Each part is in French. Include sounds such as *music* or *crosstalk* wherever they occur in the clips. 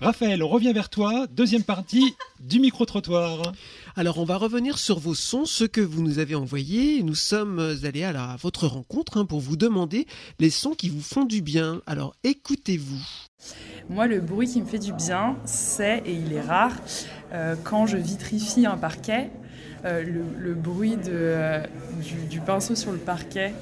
Raphaël, on revient vers toi. Deuxième partie du micro-trottoir. Alors, on va revenir sur vos sons, ceux que vous nous avez envoyés. Nous sommes euh, allés à, la- à votre rencontre hein, pour vous demander les sons qui vous font du bien. Alors, écoutez-vous. Moi, le bruit qui me fait du bien, c'est, et il est rare, euh, quand je vitrifie un parquet, euh, le, le bruit de, euh, du, du pinceau sur le parquet,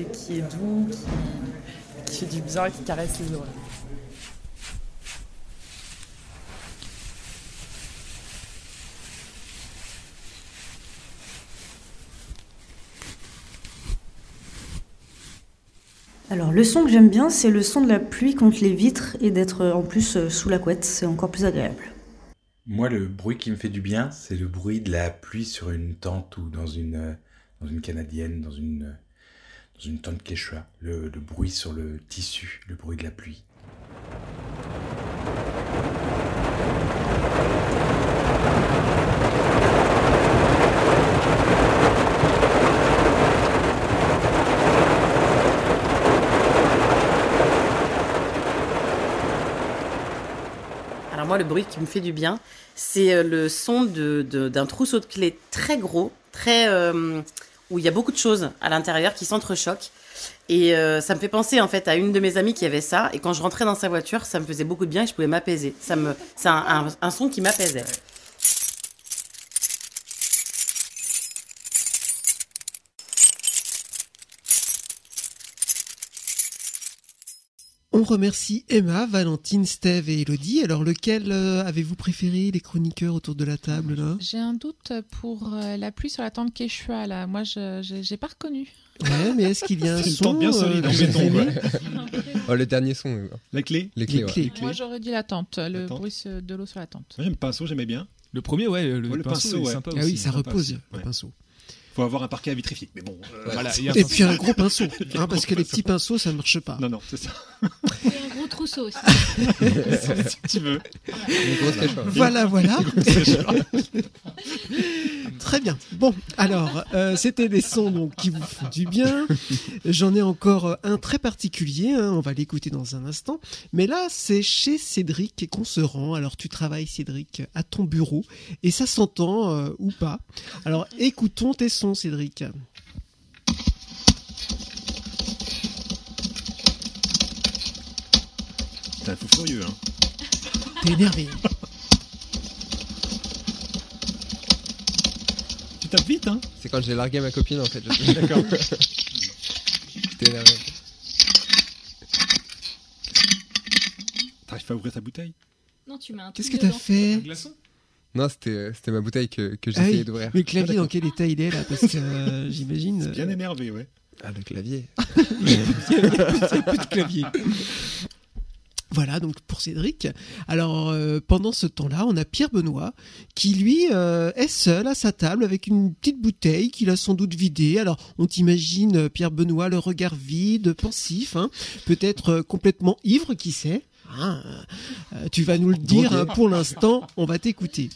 et qui est doux, qui, qui fait du bien, qui caresse les oreilles. Alors le son que j'aime bien, c'est le son de la pluie contre les vitres et d'être euh, en plus euh, sous la couette, c'est encore plus agréable. Moi, le bruit qui me fait du bien, c'est le bruit de la pluie sur une tente ou dans une, euh, dans une canadienne, dans une, euh, dans une tente quechua. Le, le bruit sur le tissu, le bruit de la pluie. Alors moi, le bruit qui me fait du bien, c'est euh, le son de- de- d'un trousseau de clés très gros, très euh, où il y a beaucoup de choses à l'intérieur qui s'entrechoquent. Et euh, ça me fait penser en fait à une de mes amies qui avait ça. Et quand je rentrais dans sa voiture, ça me faisait beaucoup de bien et je pouvais m'apaiser. Ça me, c'est un, un- un son qui m'apaisait. On remercie Emma, Valentine, Steve et Elodie. Alors, lequel euh, avez-vous préféré, les chroniqueurs autour de la table là J'ai un doute pour euh, la pluie sur la tente Quechua, là. Moi, je j'ai j'ai *laughs* pas reconnu. Ouais, mais est-ce qu'il y *laughs* a un C'est une son tente bien euh, solide, que en vous béton, aimez quoi. Oh, le dernier son, euh, La clé Les les clés. ouais. clés. clés. Moi, j'aurais dit la tente, le La tente. bruit se- de l'eau sur la tente. Moi, j'aime pinceau, j'aimais bien. Le premier, ouais, le, Ouais, le pinceau, est ouais. sympa Ah aussi. oui, ça sympa repose aussi. le Ouais. pinceau. Faut avoir un parquet à vitrifier. Mais bon, euh, Voilà, il y a un Et sens- puis un *laughs* gros pinceau, hein, parce que les petits pinceaux, ça ne marche pas. non, non, c'est ça. Et un gros trousseau aussi. *laughs* *laughs* si tu veux. Une grosse cachette. Voilà, voilà. Très bien. Bon, alors, euh, c'était des sons donc, qui vous font du bien. J'en ai encore euh, un très particulier, hein, on va l'écouter dans un instant. Mais là, c'est chez Cédric qu'on se rend. Alors, tu travailles, Cédric, à ton bureau, et ça s'entend euh, ou pas. Alors, écoutons tes sons, Cédric. T'es un fou furieux, hein. T'es énervé. Tu tapes vite, hein. C'est quand j'ai largué ma copine en fait. *laughs* D'accord. J'étais énervé. T'arrives pas à ouvrir ta bouteille. Non, tu mets un Qu'est-ce que truc t'as dedans. fait Non, c'était euh, c'était ma bouteille que, que Ah j'essayais oui, d'ouvrir. Mais le clavier, dans quel état il est là Parce que euh, j'imagine. Bien énervé, ouais. Ah, le clavier. *laughs* de clavier. Voilà donc pour Cédric. Alors euh, pendant ce temps-là, on a Pierre Benoît qui lui euh, est seul à sa table avec une petite bouteille qu'il a sans doute vidée. Alors on t'imagine euh, Pierre Benoît le regard vide, pensif, hein, peut-être euh, complètement ivre, qui sait. Hein, euh, tu vas nous le dire hein, pour l'instant, on va t'écouter.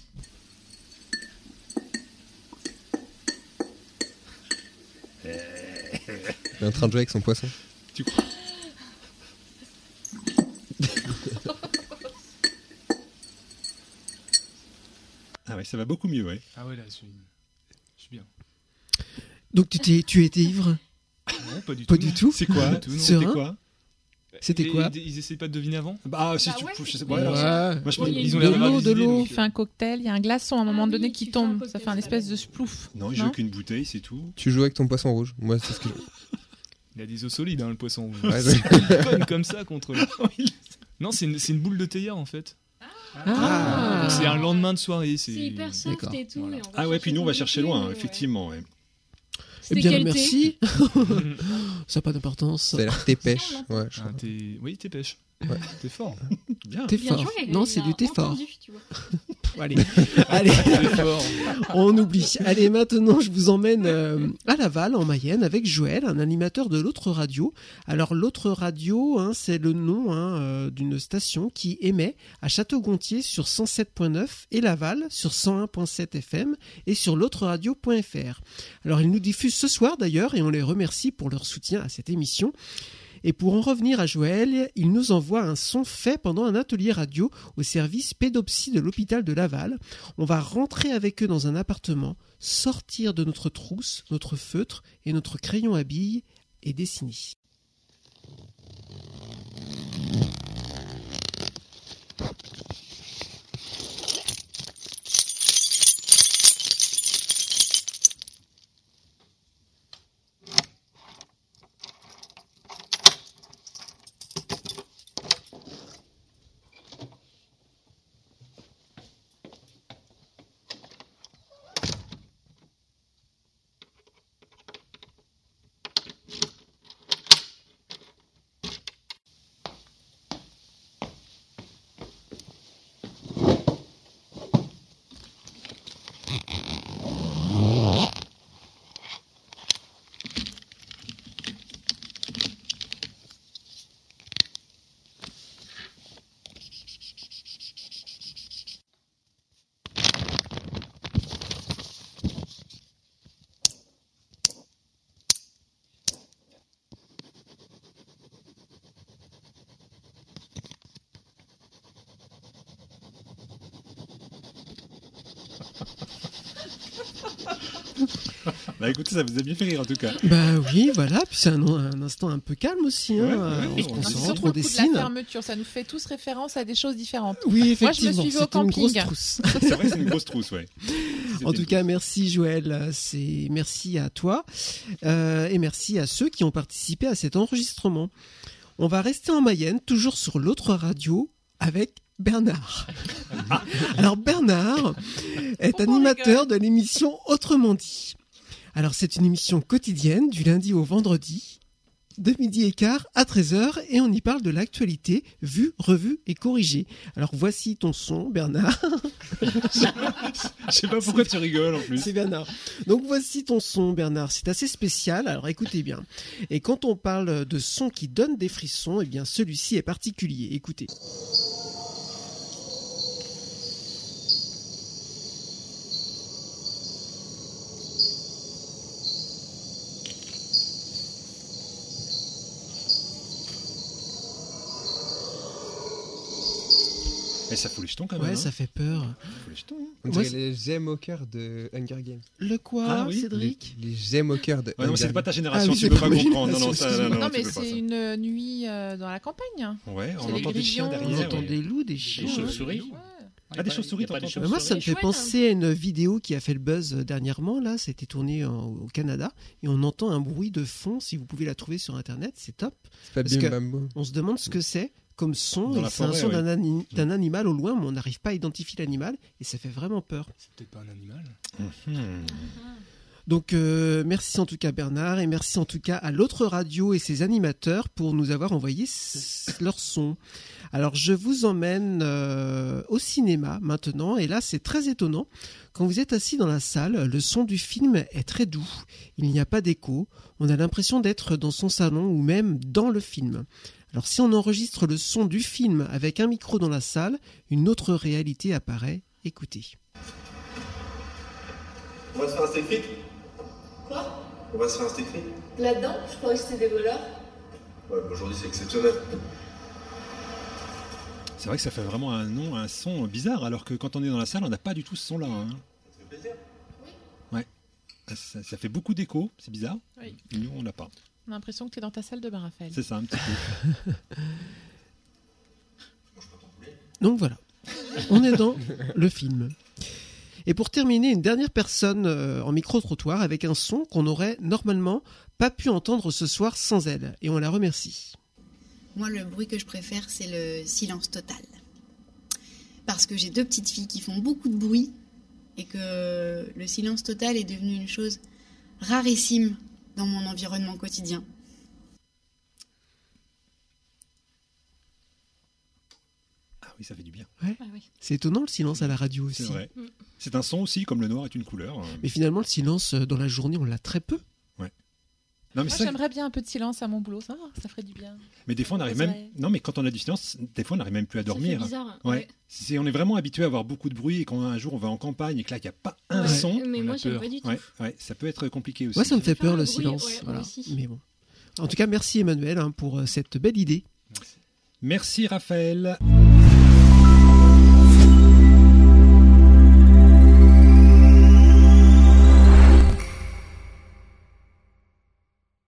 Il est en train de jouer avec son poisson. Tu crois Ah ouais, ça va beaucoup mieux, ouais. Ah ouais, là, je suis, je suis bien. Donc tu t'es tu étais ivre Non, pas du Pas tout. du tout. C'est quoi Pas du tout, non. C'est- C'était quoi C'était Et- quoi Ils, Ah. ils essaient pas de deviner avant Bah, si Bah tu ouais, je sais c'est- pas, alors, Ouais. Moi, je Ouais, me il y a dis- Ils ont de l'air d'avoir l'eau, des Oh, de idées, l'eau. donc, Tu euh, fais un cocktail, il y a un glaçon à un moment Ah oui, donné tu qui fais un tombe. cocktail, Ça fait un ça espèce va. de splouf. Non, j'ai Non aucune bouteille, c'est tout. Tu joues avec ton poisson rouge. Moi, c'est ce que je. Il a des os solides, hein, le poisson. *laughs* Ouais, C'est ouais. une *laughs* conne comme ça contre lui. Non, c'est une, c'est une boule de théière en fait. Ah. C'est un lendemain de soirée. C'est C'est hyper soft D'accord. et tout. Voilà. et on va Ah ouais, puis nous, on va chercher plus, loin, ouais. effectivement, ouais. Eh C'était bien quel thé merci. *laughs* Ça n'a pas d'importance. Ça a l'air dépêche. Ouais, je Ah, crois. t'es- Oui, t'es pêche. Ouais. T'es fort. Bien. T'es Bien fort. joué, Non, il c'est a du t'es fort. entendu, tu vois. Allez, allez, T'es fort. on oublie. Allez, maintenant, je vous emmène euh, à Laval, en Mayenne, avec Joël, un animateur de l'autre radio. Alors, l'autre radio, hein, c'est le nom hein, euh, d'une station qui émet à Château-Gontier sur 107.9 et Laval sur 101.7 FM et sur l'autre radio.fr. Alors, ils nous diffusent ce soir d'ailleurs et on les remercie pour leur soutien à cette émission. Et pour en revenir à Joël, il nous envoie un son fait pendant un atelier radio au service pédopsie de l'hôpital de Laval. On va rentrer avec eux dans un appartement, sortir de notre trousse, notre feutre et notre crayon à billes et dessiner. Bah écoutez, ça vous a bien fait rire en tout cas. Bah oui, voilà, puis c'est un, un instant un peu calme aussi. hein. Ouais, ouais, Euh, ouais, on se ouais. concentre, on Surtout le coup de la dessine. fermeture, ça nous fait tous référence à des choses différentes. Oui, Moi, je me effectivement, suis vue au c'était une grosse camping. trousse. C'est vrai, c'est une grosse trousse, ouais. En tout cas, merci Joël, c'est merci à toi Euh, et merci à ceux qui ont participé à cet enregistrement. On va rester en Mayenne, toujours sur l'autre radio, avec Bernard. Alors Bernard est animateur de l'émission Autrement dit. Alors c'est une émission quotidienne du lundi au vendredi, de midi et quart à 13h, et on y parle de l'actualité vue, revue et corrigée. Alors voici ton son, Bernard. Je sais pas pourquoi tu rigoles en plus. C'est Bernard. Donc voici ton son, Bernard. C'est assez spécial, alors écoutez bien. Et quand on parle de son qui donne des frissons, eh bien celui-ci est particulier. Écoutez. Mais ça fout les jetons quand même. Ouais, hein. ça fait peur. fout les jetons. hein. On Moi, dirait les gemmes au cœur de Hunger Games. Le quoi, Ah oui. Cédric Les gemmes au cœur de Ouais, non, mais Hunger c'est pas ta Ah génération, oui, tu c'est peux pas pas ma comprendre. Non, non, génération, ça, non, Non, non, tu mais peux pas, c'est ça. une euh, nuit euh, dans la campagne. Ouais, c'est on les entend des chiens grillons, On derrière. entend ouais. des loups, des chiens. Des Ouais. chauves-souris Ah, des chauves-souris, Il y a pas des t'entends chauves-souris. Bah, moi, ça me C'est fait chouette, penser à une vidéo qui a fait le buzz euh, dernièrement. Là, ça a été tourné en- au Canada et on entend un bruit de fond. Si vous pouvez la trouver sur Internet, c'est top. C'est pas Parce Bim que- Bam Boum. On se demande ce que c'est comme son. Dans et la C'est un forêt, Mm. son ouais. d'un ani- d'un animal au loin, mais on n'arrive pas à identifier l'animal et ça fait vraiment peur. C'est peut-être pas un animal. Hmm. Donc euh, merci en tout cas Bernard et merci en tout cas à l'autre radio et ses animateurs pour nous avoir envoyé s- leur son. Alors je vous emmène euh, au cinéma maintenant et là c'est très étonnant. Quand vous êtes assis dans la salle, le son du film est très doux, il n'y a pas d'écho, on a l'impression d'être dans son salon ou même dans le film. Alors si on enregistre le son du film avec un micro dans la salle, une autre réalité apparaît. Écoutez. On va se faire un steak frites Quoi On va se faire un steak frites Là-dedans Je croyais que c'était des voleurs. Ouais, mais aujourd'hui c'est exceptionnel. C'est vrai que ça fait vraiment un nom, un son bizarre, alors que quand on est dans la salle, on n'a pas du tout ce son-là. hein. Ça fait plaisir. Ouais. Ah, Ça, ça fait beaucoup d'écho, c'est bizarre. Oui. Nous, on l'a pas. On a l'impression que tu es dans ta salle de bain, Raphaël. C'est ça, un *laughs* petit peu. Donc voilà, on est dans le film. Et pour terminer, une dernière personne euh, en micro-trottoir avec un son qu'on n'aurait normalement pas pu entendre ce soir sans elle. Et on la remercie. Moi, le bruit que je préfère, c'est le silence total. Parce que j'ai deux petites filles qui font beaucoup de bruit et que le silence total est devenu une chose rarissime dans mon environnement quotidien. Ah oui, ça fait du bien. Ouais. Ah oui. C'est étonnant le silence à la radio aussi. C'est vrai. Mm. C'est un son aussi, comme le noir est une couleur. hein. Mais finalement, le silence euh, dans la journée, on l'a très peu. Non, mais, Moi, ça- j'aimerais bien un peu de silence à mon boulot. Ça, ça ferait du bien. mais des fois, on arrive C'est même. vrai. Non, mais quand on a du silence, des fois, on n'arrive même plus à dormir. C'est bizarre. hein. Ouais. Si on est vraiment habitué à avoir beaucoup de bruit et quand un jour on va en campagne et que là il n'y a pas un Ouais. son, Mais On a moi, j'aime peur. pas du tout. ouais, ouais, ça peut être compliqué aussi. Ouais, ça me fait Faire peur le le bruit, silence. ouais, moi voilà. aussi. Mais bon. En tout cas, merci Emmanuel hein, pour euh, cette belle idée. Merci Raphaël.